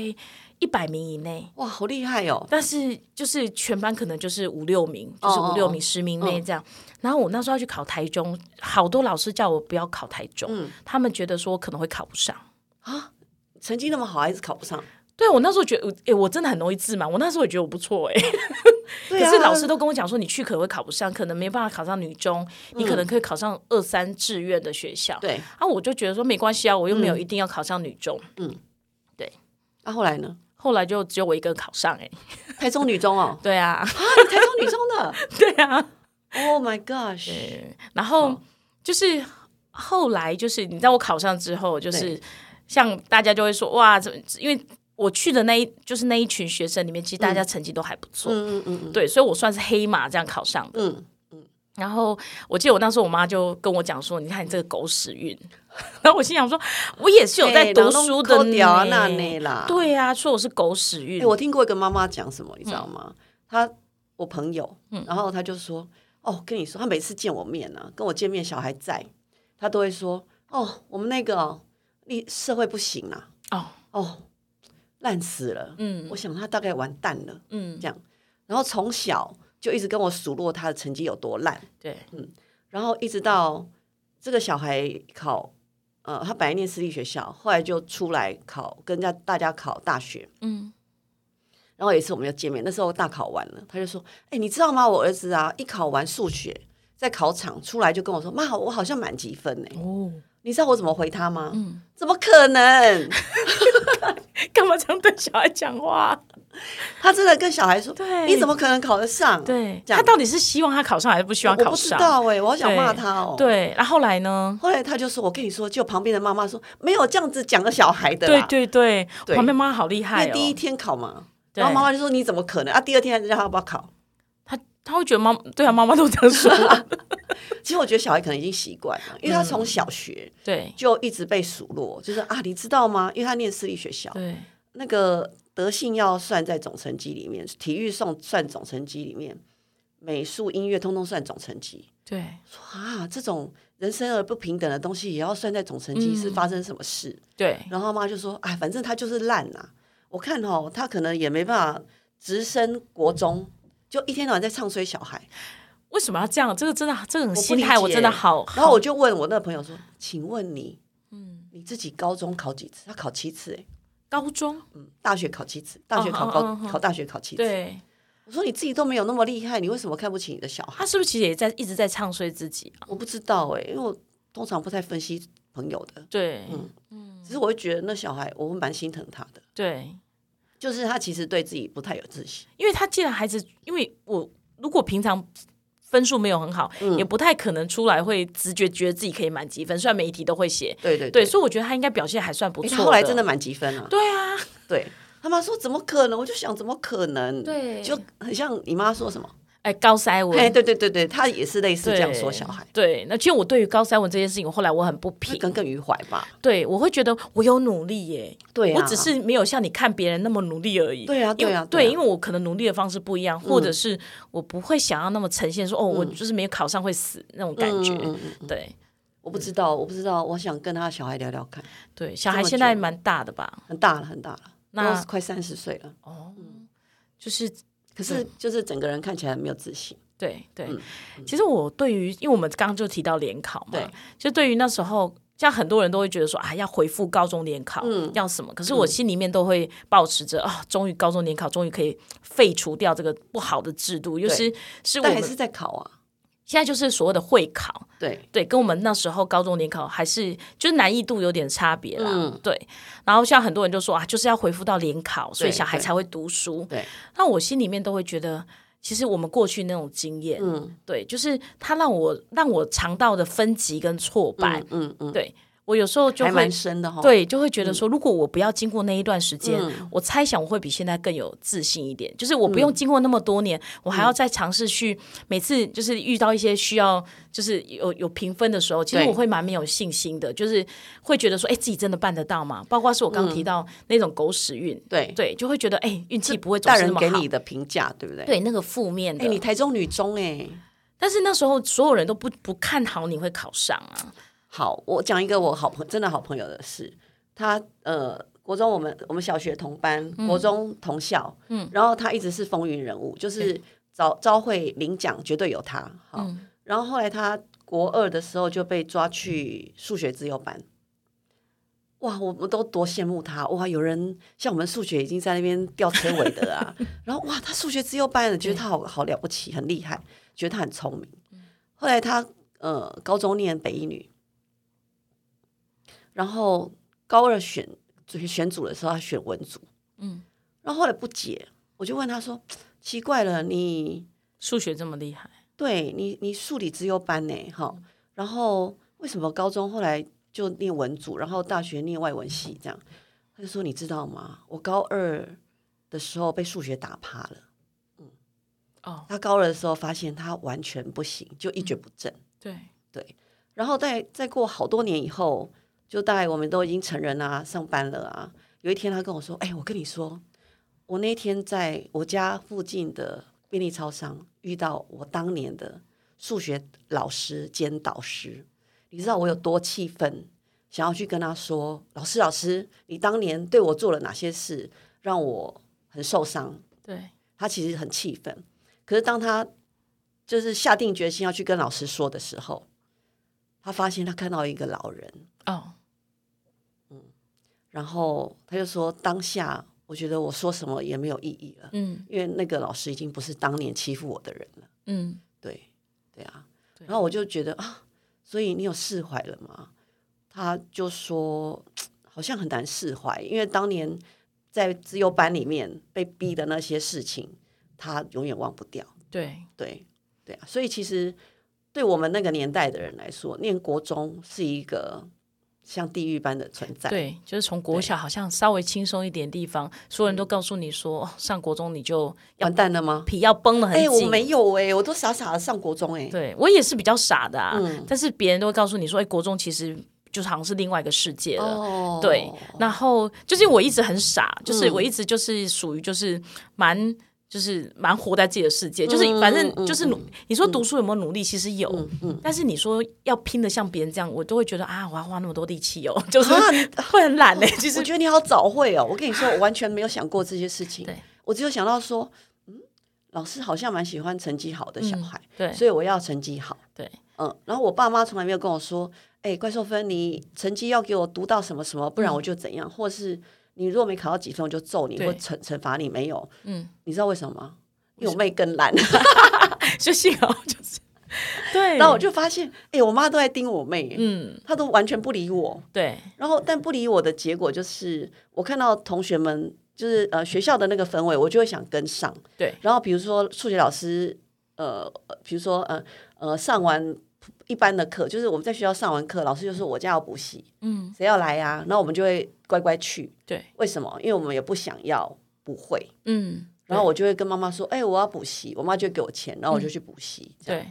Speaker 1: 一百名以内，
Speaker 2: 哇，好厉害哦！
Speaker 1: 但是就是全班可能就是五六名，就是
Speaker 2: 哦
Speaker 1: 五
Speaker 2: 哦
Speaker 1: 六名、十名内这样。然后我那时候要去考台中，好多老师叫我不要考台中，
Speaker 2: 嗯
Speaker 1: 他们觉得说我可能会考不上。
Speaker 2: 成绩那么好，还是考不上。
Speaker 1: 对我那时候觉得，诶、我真的很容易自满。我那时候也觉得我不错诶、
Speaker 2: 对
Speaker 1: 可
Speaker 2: 啊，
Speaker 1: 是老师都跟我讲说，你去可能会考不上，可能没办法考上女中，你可能可以考上二三志愿的学校。
Speaker 2: 嗯对，嗯
Speaker 1: 啊，我就觉得说没关系啊，我又没有一定要考上女中。
Speaker 2: 那、啊后来呢？
Speaker 1: 后来就只有我一个人考上诶、，
Speaker 2: 台中女中 哦
Speaker 1: 对啊，
Speaker 2: 啊，你台中女中的
Speaker 1: 对啊。呃
Speaker 2: ，Oh my gosh！
Speaker 1: 然后就是后来就是你知道我考上之后，就是像大家就会说哇，怎么？因为我去的那一就是那一群学生里面，其实大家成绩都还不错，
Speaker 2: 嗯嗯嗯
Speaker 1: 对，所以我算是黑马这样考上的。
Speaker 2: 嗯，
Speaker 1: 然后我记得我那时候我妈就跟我讲说：“你看你这个狗屎运。” 然后我心想说：“我也是有在读书的呢
Speaker 2: 屌啊那内啦。
Speaker 1: 对啊，说我是狗屎运。
Speaker 2: 哎，我听过一个妈妈讲什么，你知
Speaker 1: 嗯
Speaker 2: 道吗？她我朋友，然后她就说，哦，跟你说，她每次见我面啊，跟我见面，小孩在，她都会说，哦，我们那个哦立社会不行啦，
Speaker 1: 哦，
Speaker 2: 哦，烂死了。
Speaker 1: 嗯
Speaker 2: 我想她大概完蛋了，
Speaker 1: 嗯，
Speaker 2: 这样。然后从小就一直跟我数落她的成绩有多烂，
Speaker 1: 对，
Speaker 2: 然后一直到这个小孩考，呃，他本来念私立学校，后来就出来考，跟家大家考大学。
Speaker 1: 嗯，
Speaker 2: 然后有一次我们就见面，那时候大考完了，他就说：“哎、你知道吗？我儿子啊，一考完数学，在考场出来就跟我说，妈，我好像满级分呢、
Speaker 1: 哦，
Speaker 2: 你知道我怎么回他吗？
Speaker 1: 嗯
Speaker 2: 怎么可能？
Speaker 1: 干嘛这样对小孩讲话？
Speaker 2: 他真的跟小孩说，
Speaker 1: 对
Speaker 2: 你怎么可能考得上？
Speaker 1: 对
Speaker 2: 这
Speaker 1: 他
Speaker 2: 样
Speaker 1: 到底是希望他考上还是不希望
Speaker 2: 我
Speaker 1: 考
Speaker 2: 不知
Speaker 1: 上？
Speaker 2: 道哎、我好想骂他哦。
Speaker 1: 对，然后后来呢？
Speaker 2: 后来他就说：“我跟你说，就旁边的妈妈说，没有这样子讲个小孩的
Speaker 1: 对
Speaker 2: 啦。
Speaker 1: 对对，
Speaker 2: 对
Speaker 1: 旁边妈妈好厉
Speaker 2: 因
Speaker 1: 害
Speaker 2: 为第一
Speaker 1: 哦。
Speaker 2: 天考嘛，
Speaker 1: 对
Speaker 2: 然后妈妈就说你怎么可能啊？第二天还让他要不要考？
Speaker 1: 他他会觉得妈对啊，妈妈都这样 说。
Speaker 2: 其实我觉得小孩可能已经习惯了，因为他从
Speaker 1: 嗯
Speaker 2: 小学
Speaker 1: 对
Speaker 2: 就一直被数落，就是啊，你知道吗？因为他念私立学校，
Speaker 1: 对，
Speaker 2: 那个德性要算在总成绩里面，体育算算总成绩里面，美术、音乐通通算总成绩。
Speaker 1: 对，
Speaker 2: 说啊，这种人生而不平等的东西也要算在总成绩，
Speaker 1: 嗯
Speaker 2: 是发生什么事？
Speaker 1: 对，
Speaker 2: 然后妈妈就说：“哎，反正他就是烂呐、我看哦，他可能也没办法直升国中，就一天到晚在唱衰小孩。
Speaker 1: 为什么要这样？这个真的，这种
Speaker 2: 不
Speaker 1: 心
Speaker 2: 理
Speaker 1: 态我
Speaker 2: 解
Speaker 1: 真的好。
Speaker 2: 然后
Speaker 1: 好
Speaker 2: 我就问我那个朋友说：“请问你，嗯，你自己高中考几次？他考七次、哎，
Speaker 1: 高中
Speaker 2: 嗯，大学考七次，大学考
Speaker 1: 嗯
Speaker 2: 高、
Speaker 1: 嗯嗯
Speaker 2: 考大学考七次。
Speaker 1: 对
Speaker 2: 我说你自己都没有那么厉害，你为什么看不起你的小孩？
Speaker 1: 他是不是其实也在一直在唱衰自己啊？
Speaker 2: 我不知道哎、因为我通常不太分析朋友的，
Speaker 1: 对嗯
Speaker 2: 只是我会觉得那小孩我会蛮心疼他的，
Speaker 1: 对，
Speaker 2: 就是他其实对自己不太有自信。
Speaker 1: 因为他既然孩子，因为我如果平常。分数没有很好，也不太可能出来会直觉觉得自己可以满积分。虽然每一题都会写，
Speaker 2: 对对
Speaker 1: 对，所以我觉得他应该表现还算不
Speaker 2: 欸
Speaker 1: 错。
Speaker 2: 他后来真的满积分啊。
Speaker 1: 对啊，
Speaker 2: 对他妈说怎么可能？我就想怎么可能？
Speaker 1: 对
Speaker 2: 就很像你妈说什么？
Speaker 1: 哎，高筛文
Speaker 2: 哎，对对对对，他也是类似
Speaker 1: 对
Speaker 2: 这样说小孩，
Speaker 1: 对，那其实我对于高筛文这件事情，后来我很不
Speaker 2: 会
Speaker 1: 平，
Speaker 2: 耿耿于怀吧？
Speaker 1: 对我会觉得我有努力耶，
Speaker 2: 对啊，
Speaker 1: 我只是没有像你看别人那么努力而已。
Speaker 2: 对啊
Speaker 1: 因为
Speaker 2: 对啊
Speaker 1: 对，
Speaker 2: 对啊嗯
Speaker 1: 因为我可能努力的方式不一样，或者是我不会想要那么呈现说哦，我就是没有考上会死那种感
Speaker 2: 嗯
Speaker 1: 觉。
Speaker 2: 嗯嗯
Speaker 1: 对
Speaker 2: 我不知道，我不知道，我想跟他小孩聊聊看，
Speaker 1: 对，小
Speaker 2: 这
Speaker 1: 孩
Speaker 2: 么
Speaker 1: 现在
Speaker 2: 久
Speaker 1: 蛮大的吧？
Speaker 2: 很大了，很大了，
Speaker 1: 那
Speaker 2: 都快三十岁了，
Speaker 1: 哦，就是
Speaker 2: 可是就是整个人看起来没有自信，
Speaker 1: 对对，
Speaker 2: 嗯
Speaker 1: 其实我对于，因为我们刚刚就提到联考嘛
Speaker 2: 对，
Speaker 1: 就对于那时候，像很多人都会觉得说啊，要回复高中联考，
Speaker 2: 嗯
Speaker 1: 要什么？可是我心里面都会保持着啊，终于高中联考终于可以废除掉这个不好的制度，尤其是我
Speaker 2: 但
Speaker 1: 们
Speaker 2: 还是在考啊，
Speaker 1: 现在就是所谓的会考，
Speaker 2: 对，
Speaker 1: 对，跟我们那时候高中联考还是就是难易度有点差别啦，
Speaker 2: 嗯
Speaker 1: 对。然后像很多人就说啊，就是要回复到联考，所以
Speaker 2: 对
Speaker 1: 小孩
Speaker 2: 对
Speaker 1: 才会读书，
Speaker 2: 对。
Speaker 1: 那我心里面都会觉得，其实我们过去那种经验，
Speaker 2: 嗯
Speaker 1: 对，就是他让我让我尝到的分级跟挫败，
Speaker 2: 嗯嗯嗯，
Speaker 1: 对我有时候就
Speaker 2: 还
Speaker 1: 会
Speaker 2: 蛮深的哈、，
Speaker 1: 对，就会觉得说，如果我不要经过那一段时间，
Speaker 2: 哦嗯
Speaker 1: 我猜想我会比现在更有自信一点。就是我不用经过那么多年，我还要
Speaker 2: 嗯
Speaker 1: 再尝试去每次就是遇到一些需要就是有有评分的时候，其实
Speaker 2: 对
Speaker 1: 我会蛮没有信心的，就是会觉得说，哎，自己真的办得到吗？包括是我刚提到那种狗屎运，
Speaker 2: 嗯对
Speaker 1: 对，就会觉得哎，运气不会总
Speaker 2: 大
Speaker 1: 是那
Speaker 2: 人
Speaker 1: 么
Speaker 2: 给
Speaker 1: 好
Speaker 2: 你。的评价，对不对？
Speaker 1: 对那个负面的，
Speaker 2: 哎，你台中女中哎、
Speaker 1: 但是那时候所有人都不不看好你会考上啊，
Speaker 2: 好，我讲一个我好朋真的好朋友的事。他呃，国中我们我们小学同班，国中同校，嗯，然后他一直是风云人物，就是招招会领奖绝对有他。好，然后后来他国二的时候就被抓去数学自由班。哇，我们都多羡慕他！哇，有人像我们数学已经在那边吊车尾的啊，然后哇，他数学自由班的，觉得他好好了不起，很厉害，觉得他很聪明。后来他呃，高中念北一女，然后高二选就是选组的时候，他选文组，
Speaker 1: 嗯，
Speaker 2: 然后后来不解，我就问他说：“奇怪了，你
Speaker 1: 数学这么厉害，
Speaker 2: 对你你数理资优班呢，哈，然后为什么高中后来就念文组，然后大学念外文系这样？”他就说：“你知道吗？我高二的时候被数学打趴了。”
Speaker 1: 哦，
Speaker 2: 他高二的时候发现他完全不行，就一蹶不振。
Speaker 1: 对，
Speaker 2: 然后再再过好多年以后，就大概我们都已经成人啦、上班了啊。有一天他跟我说：“哎、我跟你说，我那天在我家附近的便利超商遇到我当年的数学老师兼导师，你知道我有多气愤，想要去跟他说，老师老师，你当年对我做了哪些事，让我很受伤。”
Speaker 1: 对，
Speaker 2: 他其实很气愤。可是当他就是下定决心要去跟老师说的时候，他发现他看到一个老人，
Speaker 1: 哦，
Speaker 2: 然后他就说：“当下我觉得我说什么也没有意义了，
Speaker 1: 嗯
Speaker 2: 因为那个老师已经不是当年欺负我的人了。
Speaker 1: 嗯，”
Speaker 2: 对，对啊。
Speaker 1: 对
Speaker 2: 然后我就觉得啊，所以你有释怀了吗？他就说好像很难释怀，因为当年在自由班里面被逼的那些事情，他永远忘不掉。
Speaker 1: 对，
Speaker 2: 对对啊，所以其实对我们那个年代的人来说，念国中是一个像地狱般的存在。
Speaker 1: 对，就是从国小好像稍微轻松一点地方，所有人都
Speaker 2: 嗯
Speaker 1: 告诉你说，哦上国中你就
Speaker 2: 完蛋了吗？
Speaker 1: 皮要绷得很
Speaker 2: 哎、我
Speaker 1: 紧。
Speaker 2: 没有哎、我都傻傻的上国中哎、
Speaker 1: 对我也是比较傻的啊，
Speaker 2: 嗯
Speaker 1: 但是别人都会告诉你说，哎，国中其实就是好像是另外一个世界了。
Speaker 2: 哦
Speaker 1: 对，然后就是我一直很傻，就是
Speaker 2: 嗯
Speaker 1: 我一直就是属于就是蛮。就是蛮活在自己的世界，就是
Speaker 2: 嗯
Speaker 1: 反正就是努。你说读书有没有努力？其实有，但是你说要拼的像别人这样，我都会觉得啊，我要花那么多力气哦， 就是会很懒嘞。其
Speaker 2: 啊我
Speaker 1: 实
Speaker 2: 觉得你好早会哦！我跟你说，我完全没有想过这些事情
Speaker 1: 对，
Speaker 2: 我只有想到说，嗯，老师好像蛮喜欢成绩好的小孩，
Speaker 1: 嗯对
Speaker 2: 所以我要成绩好。
Speaker 1: 对，
Speaker 2: 嗯，然后我爸妈从来没有跟我说，哎、怪兽芬，你成绩要给我读到什么什么，不然我就怎样，或是你如果没考到几分，我就揍你
Speaker 1: 嗯对
Speaker 2: 或惩惩罚你。没有，
Speaker 1: 嗯，
Speaker 2: 你知道为什么吗？因为我妹更懒，
Speaker 1: 就幸好哦就是对，
Speaker 2: 然后我就发现，哎、我妈都在盯我妹，
Speaker 1: 嗯，
Speaker 2: 她都完全不理我。
Speaker 1: 对
Speaker 2: 然后，但不理我的结果就是，我看到同学们就是呃学校的那个氛围，我就会想跟上。
Speaker 1: 对
Speaker 2: 然后比如说数学老师，呃，呃比如说呃呃上完一般的课，就是我们在学校上完课，老师就说我家要补习，
Speaker 1: 嗯，
Speaker 2: 谁要来呀、啊？然后我们就会乖乖去。
Speaker 1: 对，
Speaker 2: 为什么？因为我们也不想要不会。
Speaker 1: 嗯，
Speaker 2: 然后我就会跟妈妈说：“哎、我要补习。”我妈就会给我钱，然后我就去补习。这
Speaker 1: 嗯
Speaker 2: 样，
Speaker 1: 对，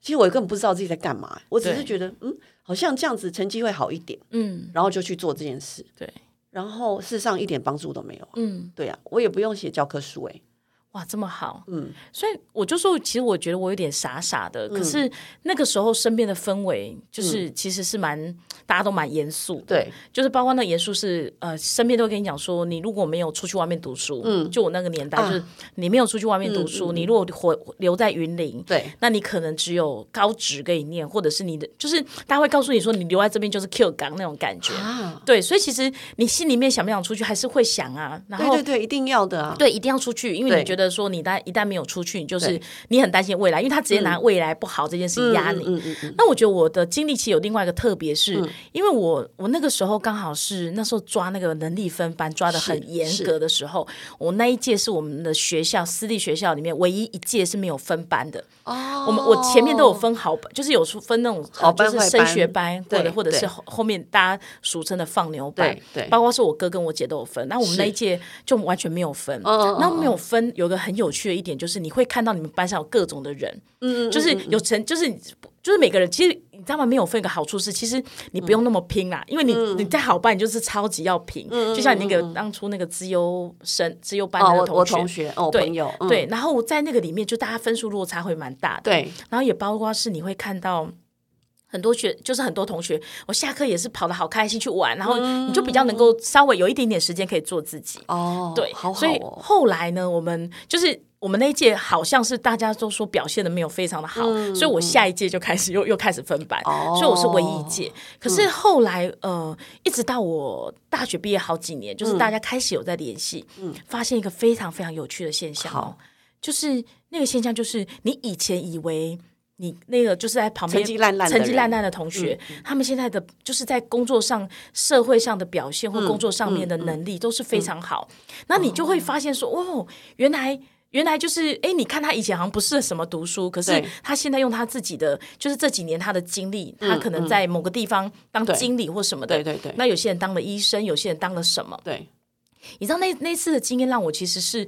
Speaker 2: 其实我根本不知道自己在干嘛，我只是
Speaker 1: 对
Speaker 2: 觉得，嗯，好像这样子成绩会好一点，
Speaker 1: 嗯，
Speaker 2: 然后就去做这件事。
Speaker 1: 对，
Speaker 2: 然后事实上一点帮助都没有啊。
Speaker 1: 嗯，
Speaker 2: 对啊，我也不用写教科书哎、
Speaker 1: 哇，这么好，
Speaker 2: 嗯，
Speaker 1: 所以我就说，其实我觉得我有点傻傻的，可是那个时候身边的氛围就是其实是蛮大家都蛮严肃的，
Speaker 2: 对，
Speaker 1: 就是包括那严肃是呃，身边都会跟你讲说，你如果没有出去外面读书，嗯，就我那个年代
Speaker 2: 啊
Speaker 1: 就是你没有出去外面读书，你如果活留在云林，
Speaker 2: 嗯对，
Speaker 1: 那你可能只有高职给你念，或者是你的就是大家会告诉你说，你留在这边就是 Q 港那种感觉，
Speaker 2: 啊，
Speaker 1: 对，所以其实你心里面想不想出去，还是会想啊。然
Speaker 2: 对
Speaker 1: 后
Speaker 2: 对对，一定要的啊，
Speaker 1: 对一定要出去，因为
Speaker 2: 对
Speaker 1: 你觉得得说你旦一旦没有出去，你就是
Speaker 2: 对
Speaker 1: 你很担心未来，因为他直接拿未来不好这件事情压你。
Speaker 2: 嗯嗯嗯，
Speaker 1: 那我觉得我的经历其实有另外一个特别是，因为我我那个时候刚好是那时候抓那个能力分班抓的很严格的时候，我那一届是我们的学校私立学校里面唯一一届是没有分班的。
Speaker 2: 哦
Speaker 1: 我们我前面都有分好班，就是有出分那种呃
Speaker 2: 好班
Speaker 1: 就是
Speaker 2: 坏
Speaker 1: 升
Speaker 2: 班
Speaker 1: 学班，或
Speaker 2: 对
Speaker 1: 者或者
Speaker 2: 对
Speaker 1: 是后后面大家俗称的放牛班
Speaker 2: 对，对
Speaker 1: 包括是我哥跟我姐都有分。那我们那一届就完全没有分，
Speaker 2: 嗯嗯
Speaker 1: 那没有分有一个很有趣的一点就是你会看到你们班上有各种的人，嗯，就是有成就是。就是每个人，其实你知道吗？没有分一个好处是，其实你
Speaker 2: 嗯
Speaker 1: 不用那么拼啦，因为你、你在好班，你就是超级要拼。
Speaker 2: 嗯
Speaker 1: 就像你那个当初那个资优生、资优班的
Speaker 2: 哦，
Speaker 1: 那个
Speaker 2: 我我
Speaker 1: 同学
Speaker 2: 同，学，哦，我
Speaker 1: 对
Speaker 2: 朋友，嗯
Speaker 1: 对，然后在那个里面，就大家分数落差会蛮大的。
Speaker 2: 对，
Speaker 1: 然后也包括是你会看到。很多学就是很多同学，我下课也是跑得好开心去玩，然后你就比较能够稍微有一点点时间可以做自己。
Speaker 2: 哦，
Speaker 1: 对，
Speaker 2: 好好
Speaker 1: 所以
Speaker 2: 哦，
Speaker 1: 后来呢，我们就是我们那一届好像是大家都说表现的没有非常的好，所以我下一届就开始又又开始分班，
Speaker 2: 嗯哦嗯
Speaker 1: 所以我是唯一一届。可是后来呃，一直到我大学毕业好几年，
Speaker 2: 嗯
Speaker 1: 就是大家开始有在联系，发现一个非常非常有趣的现象哦
Speaker 2: 好，
Speaker 1: 就是那个现象就是你以前以为。你那个就是在旁边
Speaker 2: 成绩烂烂的
Speaker 1: 成绩
Speaker 2: 人
Speaker 1: 烂烂的同学，
Speaker 2: 嗯
Speaker 1: 他们现在的就是在工作上、社会上的表现
Speaker 2: 嗯
Speaker 1: 或工作上面的能力都是非常好。那你就会发现说，哦，原来。原来就是，哎，你看他以前好像不是什么读书，可是
Speaker 2: 对
Speaker 1: 他现在用他自己的，就是这几年他的经历，他可能在某个地方当经理或什么的。
Speaker 2: 嗯对对对
Speaker 1: 那有些人当了医生，有些人当了什么？
Speaker 2: 对，
Speaker 1: 你知道那那次的经验让我其实是，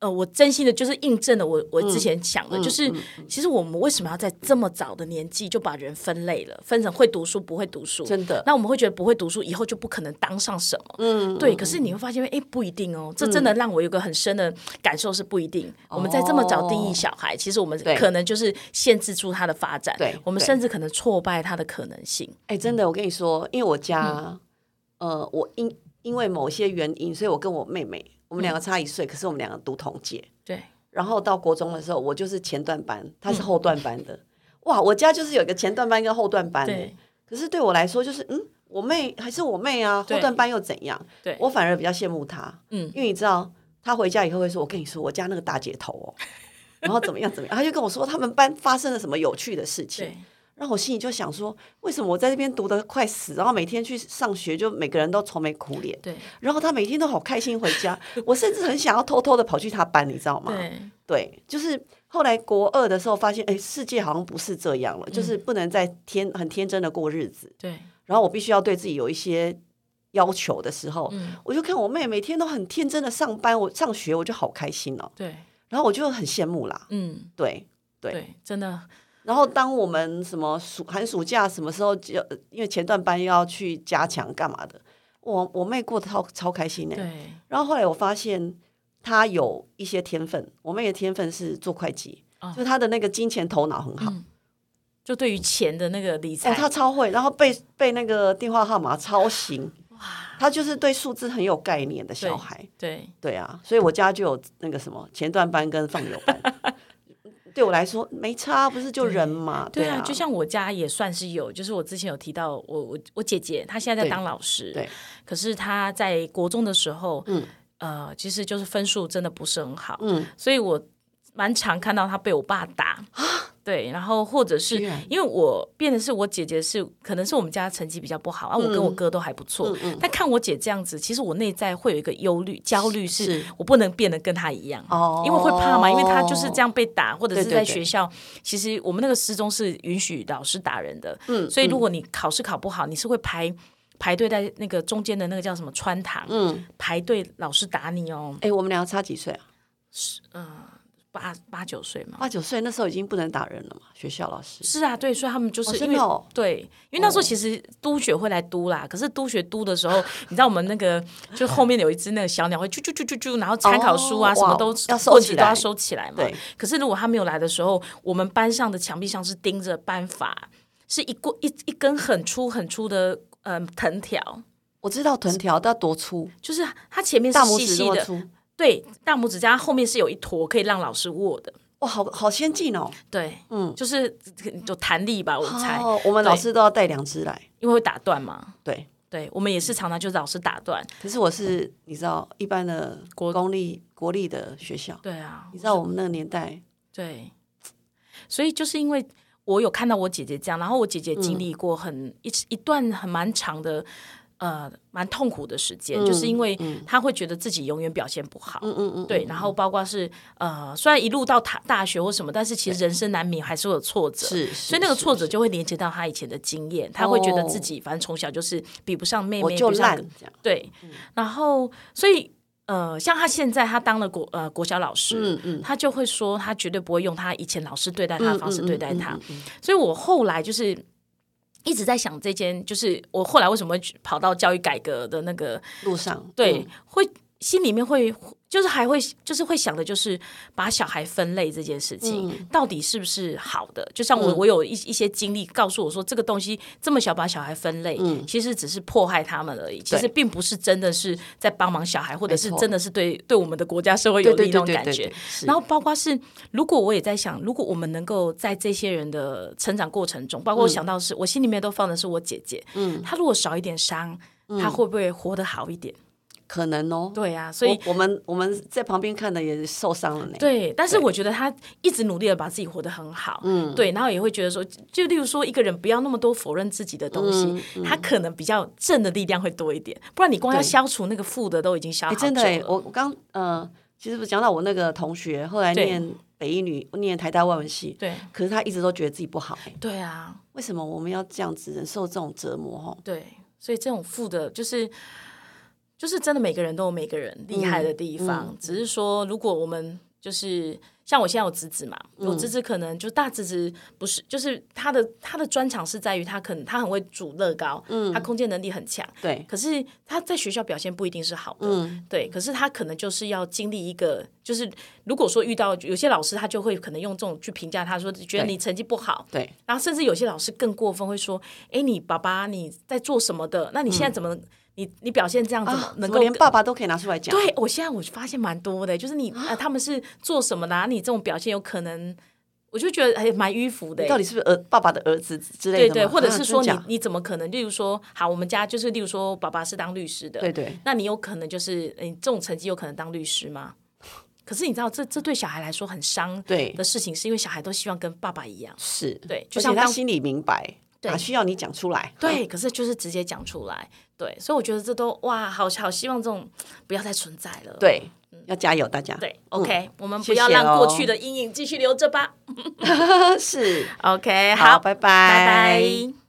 Speaker 1: 呃，我真心的就是印证了我我之前想的，就是、其实我们为什么要在这么早的年纪就把人分类了，分成会读书不会读书，
Speaker 2: 真的
Speaker 1: 那我们会觉得不会读书以后就不可能当上什么，嗯，对。可是你会发现，哎，不一定哦，这真的让我有个很深的感受是不一定。我们在这么早定义小孩，其实我们
Speaker 2: 对
Speaker 1: 可能就是限制住他的发展，
Speaker 2: 对
Speaker 1: 我们
Speaker 2: 对
Speaker 1: 甚至可能挫败他的可能性。
Speaker 2: 哎，真的，我跟你说，因为我
Speaker 1: 嗯
Speaker 2: 家，呃，我因因为某些原因，所以我跟我妹妹，我们两
Speaker 1: 嗯
Speaker 2: 个差一岁，可是我们两个读同届，
Speaker 1: 对，
Speaker 2: 然后到国中的时候，我就是前段班，她
Speaker 1: 嗯
Speaker 2: 是后段班的。哇，我家就是有一个前段班跟后段班
Speaker 1: 对
Speaker 2: 欸，可是对我来说就是，嗯，我妹还是我妹啊，
Speaker 1: 对
Speaker 2: 后段班又怎样？
Speaker 1: 对
Speaker 2: 我反而比较羡慕她，
Speaker 1: 嗯
Speaker 2: 因为你知道，她回家以后会说：“我跟你说，我家那个大姐头哦， 然后怎么样怎么样。”她就跟我说他们班发生了什么有趣的事情
Speaker 1: 对，
Speaker 2: 然后我心里就想说，为什么我在这边读的快死，然后每天去上学就每个人都愁眉苦脸，
Speaker 1: 对
Speaker 2: 然后她每天都好开心回 家，我甚至很想要偷偷的跑去她班，你知道吗？
Speaker 1: 对
Speaker 2: 对，就是后来国二的时候发现，哎，世界好像不是这样了，
Speaker 1: 嗯
Speaker 2: 就是不能再天很天真的过日子。
Speaker 1: 对
Speaker 2: 然后我必须要对自己有一些要求的时候，
Speaker 1: 嗯
Speaker 2: 我就看我妹每天都很天真的上班，我上学我就好开心哦，
Speaker 1: 对，
Speaker 2: 然后我就很羡慕啦。
Speaker 1: 嗯，
Speaker 2: 对，对
Speaker 1: 对，真的
Speaker 2: 然后当我们什么暑寒暑假什么时候就呃因为前段班又要去加强干嘛的，我我妹过得超超开心呢、
Speaker 1: 对。
Speaker 2: 然后后来我发现她有一些天分，我妹的天分是做会计，
Speaker 1: 哦嗯
Speaker 2: 就她的那个金钱头脑很好，
Speaker 1: 就对于钱的那个理财，
Speaker 2: 哦，他超会，然后被被那个电话号码超行，他就是对数字很有概念的小孩，
Speaker 1: 对
Speaker 2: 对啊，所以我家就有那个什么前段班跟放牛 班，对我来说没差，不是就人嘛，
Speaker 1: 对
Speaker 2: 啊，
Speaker 1: 啊，就像我家也算是有，就是我之前有提到，我我我姐姐她现在在
Speaker 2: 对
Speaker 1: 当老师，
Speaker 2: 对，
Speaker 1: 可是她在国中的时候，嗯，呃，其实就是分数真的不是很好，嗯，所以我蛮常看到她被我爸打。对，然后或者是
Speaker 2: 啊居然
Speaker 1: 因为我变的是我姐姐是，可能是我们家成绩比较不好
Speaker 2: 嗯
Speaker 1: 啊，我跟我哥都还不错，但看我姐这样子，其实我内在会有一个忧虑、焦虑，是
Speaker 2: 是
Speaker 1: 我不能变得跟她一样，
Speaker 2: 哦
Speaker 1: 因为会怕嘛，因为她就是这样被打，或者是
Speaker 2: 对对
Speaker 1: 在
Speaker 2: 对
Speaker 1: 学校，其实我们那个失踪是允许老师打人的，
Speaker 2: 嗯
Speaker 1: 所以如果你考试考不好，你是会排排队在那个中间的那个叫什么穿堂，
Speaker 2: 嗯
Speaker 1: 排队老师打你哦，
Speaker 2: 哎、我们两个差几岁啊？
Speaker 1: 八八九岁嘛。
Speaker 2: 八九岁那时候已经不能打人了嘛，学校老师
Speaker 1: 是啊，对，所以他们就是
Speaker 2: 哦
Speaker 1: 因
Speaker 2: 真
Speaker 1: 为、
Speaker 2: 的哦
Speaker 1: 对，因为那时候其实督学会来督啦，可是督学督的时候，你知道我们那个就后面有一只那个小鸟会啾啾啾啾啾，然后参考书啊、
Speaker 2: 哦
Speaker 1: 什么
Speaker 2: 哇
Speaker 1: 都
Speaker 2: 要收
Speaker 1: 棍子
Speaker 2: 起
Speaker 1: 都要
Speaker 2: 来
Speaker 1: 收起来嘛。
Speaker 2: 对。
Speaker 1: 可是如果他没有来的时候，我们班上的墙壁上是钉着班法，是一棍一一根很粗很粗的嗯、呃藤条，
Speaker 2: 我知道藤条，但多粗，
Speaker 1: 就是它前面是
Speaker 2: 大拇
Speaker 1: 细
Speaker 2: 指这
Speaker 1: 细
Speaker 2: 么
Speaker 1: 的，
Speaker 2: 粗，
Speaker 1: 对，大拇指加后面是有一坨可以让老师握的，
Speaker 2: 哇，好好先进哦！
Speaker 1: 对，嗯，就是有弹力吧，我猜，
Speaker 2: 哦，我们老
Speaker 1: 对
Speaker 2: 师都要带两只来，
Speaker 1: 因为会打断嘛。
Speaker 2: 对，
Speaker 1: 对我们也是
Speaker 2: 嗯
Speaker 1: 常常就是老师打断。
Speaker 2: 可是我是你知道一般的
Speaker 1: 国
Speaker 2: 公立国立的学校，
Speaker 1: 对啊，
Speaker 2: 你知道我们那个年代，
Speaker 1: 对，所以就是因为我有看到我姐姐这样，然后我姐姐
Speaker 2: 嗯
Speaker 1: 经历过很、一一段很蛮长的。呃，蛮痛苦的时间，就是因为她会觉得自己永远表现不好，
Speaker 2: 嗯嗯嗯，
Speaker 1: 对，然后包括是呃，虽然一路到大大学或什么，但是其实人生难免还是会有挫折，
Speaker 2: 是，
Speaker 1: 所
Speaker 2: 所
Speaker 1: 以那个挫折就会连接到他以前的经验，他会觉得自己反正从小就是比不上妹
Speaker 2: 我
Speaker 1: 妹，
Speaker 2: 就
Speaker 1: 比不上
Speaker 2: 烂这样，
Speaker 1: 对，然后所以呃，像他现在他当了国呃国小老师，
Speaker 2: 嗯嗯，
Speaker 1: 他就会说他绝对不会用他以前老师对待他的方式对待他，
Speaker 2: 嗯，嗯嗯
Speaker 1: 所以我后来就是。一直在想这件，就是我后来为什么会去跑到教育改革的那个，
Speaker 2: 嗯路上
Speaker 1: 对，
Speaker 2: 嗯
Speaker 1: 会心里面会就是还会就是会想的，就是把小孩分类这件事情、
Speaker 2: 嗯
Speaker 1: 到底是不是好的？就像我、我有一一些经历告诉我说，这个东西这么小把小孩分类，
Speaker 2: 嗯
Speaker 1: 其实只是迫害他们而已，其实并不是真的是在帮忙小孩，或者是
Speaker 2: 错
Speaker 1: 真的是对对我们的国家社会有
Speaker 2: 对
Speaker 1: 利
Speaker 2: 对
Speaker 1: 那
Speaker 2: 对
Speaker 1: 种
Speaker 2: 对
Speaker 1: 感
Speaker 2: 对
Speaker 1: 觉
Speaker 2: 对。，是
Speaker 1: 然后包括是，如果我也在想，如果我们能够在这些人的成长过程中，包
Speaker 2: 嗯
Speaker 1: 括我想到是、我心里面都放的是我姐姐，嗯，她如果少一点伤，
Speaker 2: 嗯
Speaker 1: 她会不会活得好一点？
Speaker 2: 可能哦，
Speaker 1: 对啊，所以
Speaker 2: 我我们我们在旁边看的也受伤了呢，
Speaker 1: 对，但是我觉得他一直努力的把自己活得很好，嗯，对，然后也会觉得说，就例如说一个人不要那么多否认自己的东西，
Speaker 2: 嗯
Speaker 1: 他可能比较正的力量会多一点，不然你光要消除那个负的都已经消耗
Speaker 2: 哎，
Speaker 1: 好久
Speaker 2: 真
Speaker 1: 了，
Speaker 2: 的哎，我我刚呃，其实不是讲到我那个同学，后来
Speaker 1: 对
Speaker 2: 念北一女，念台大外文系，
Speaker 1: 对
Speaker 2: 可是他一直都觉得自己不好哎，
Speaker 1: 对啊，
Speaker 2: 为什么我们要这样子忍受这种折磨？哦，
Speaker 1: 对，所以这种负的，就是就是真的每个人都有每个人厉害
Speaker 2: 嗯
Speaker 1: 的地方，只是说如果我们就是像我现在有侄子嘛，我
Speaker 2: 嗯
Speaker 1: 侄子可能就大侄子不是，就是他的他的专长是在于他可能他很会煮乐高，他空间能力很强。
Speaker 2: 嗯对，
Speaker 1: 可是他在学校表现不一定是好的，
Speaker 2: 嗯
Speaker 1: 对。可是他可能就是要经历一个，就是如果说遇到有些老师，他就会可能用这种去评价他，说觉得
Speaker 2: 对
Speaker 1: 你成绩不好，
Speaker 2: 对，
Speaker 1: 然后甚至有些老师更过分，会说：“哎，你爸爸你在做什么的？那你现在怎么、你你表现这样，怎么
Speaker 2: 嗯啊，
Speaker 1: 能
Speaker 2: 怎
Speaker 1: 够
Speaker 2: 么
Speaker 1: 跟、
Speaker 2: 连爸爸都可以拿出来讲？
Speaker 1: 对我现在我发现蛮多的，就是你、
Speaker 2: 啊
Speaker 1: 呃、他们是做什么的、啊？你这种表现有可能，我就觉得还蛮迂腐的欸
Speaker 2: 你。到底是不是儿爸爸的儿子之类
Speaker 1: 对
Speaker 2: 的吗？
Speaker 1: 对，或者
Speaker 2: 啊
Speaker 1: 是说你、
Speaker 2: 真假
Speaker 1: 你怎么可能？例如说，好，我们家就是例如说，爸爸是当律师的，
Speaker 2: 对对，
Speaker 1: 那你有可能就是你这种成绩有可能当律师吗？可是你知道，这这对小孩来说很伤
Speaker 2: 对
Speaker 1: 的事情，是因为小孩都希望跟爸爸一样。
Speaker 2: 是，
Speaker 1: 对就
Speaker 2: 而
Speaker 1: 像
Speaker 2: 且他
Speaker 1: 当
Speaker 2: 心里明白，
Speaker 1: 对
Speaker 2: 哪需要你讲出来？
Speaker 1: 对，可是就是直接讲出来，对，所以我觉得这都哇，好好希望这种不要再存在了。
Speaker 2: 对，要加油，大家嗯
Speaker 1: 对，OK，、我们不
Speaker 2: 谢
Speaker 1: 要
Speaker 2: 谢
Speaker 1: 让过去
Speaker 2: 哦
Speaker 1: 的阴影继续留着吧。
Speaker 2: 是
Speaker 1: OK，
Speaker 2: 好，
Speaker 1: 哎好，
Speaker 2: 拜拜，
Speaker 1: 拜拜